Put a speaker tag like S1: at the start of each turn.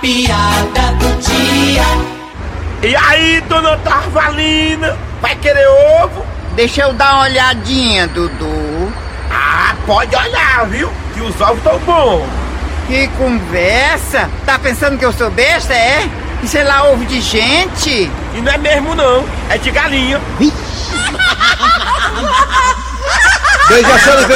S1: piada do dia.
S2: E aí, dona Tarvalina, vai querer ovo?
S3: Deixa eu dar uma olhadinha, Dudu.
S2: Ah, pode olhar, viu? Que os ovos tão bons.
S3: Que conversa! Tá pensando que eu sou besta, é? Isso é lá ovo de gente?
S2: E não é mesmo não, é de galinha.
S4: Veja a senhora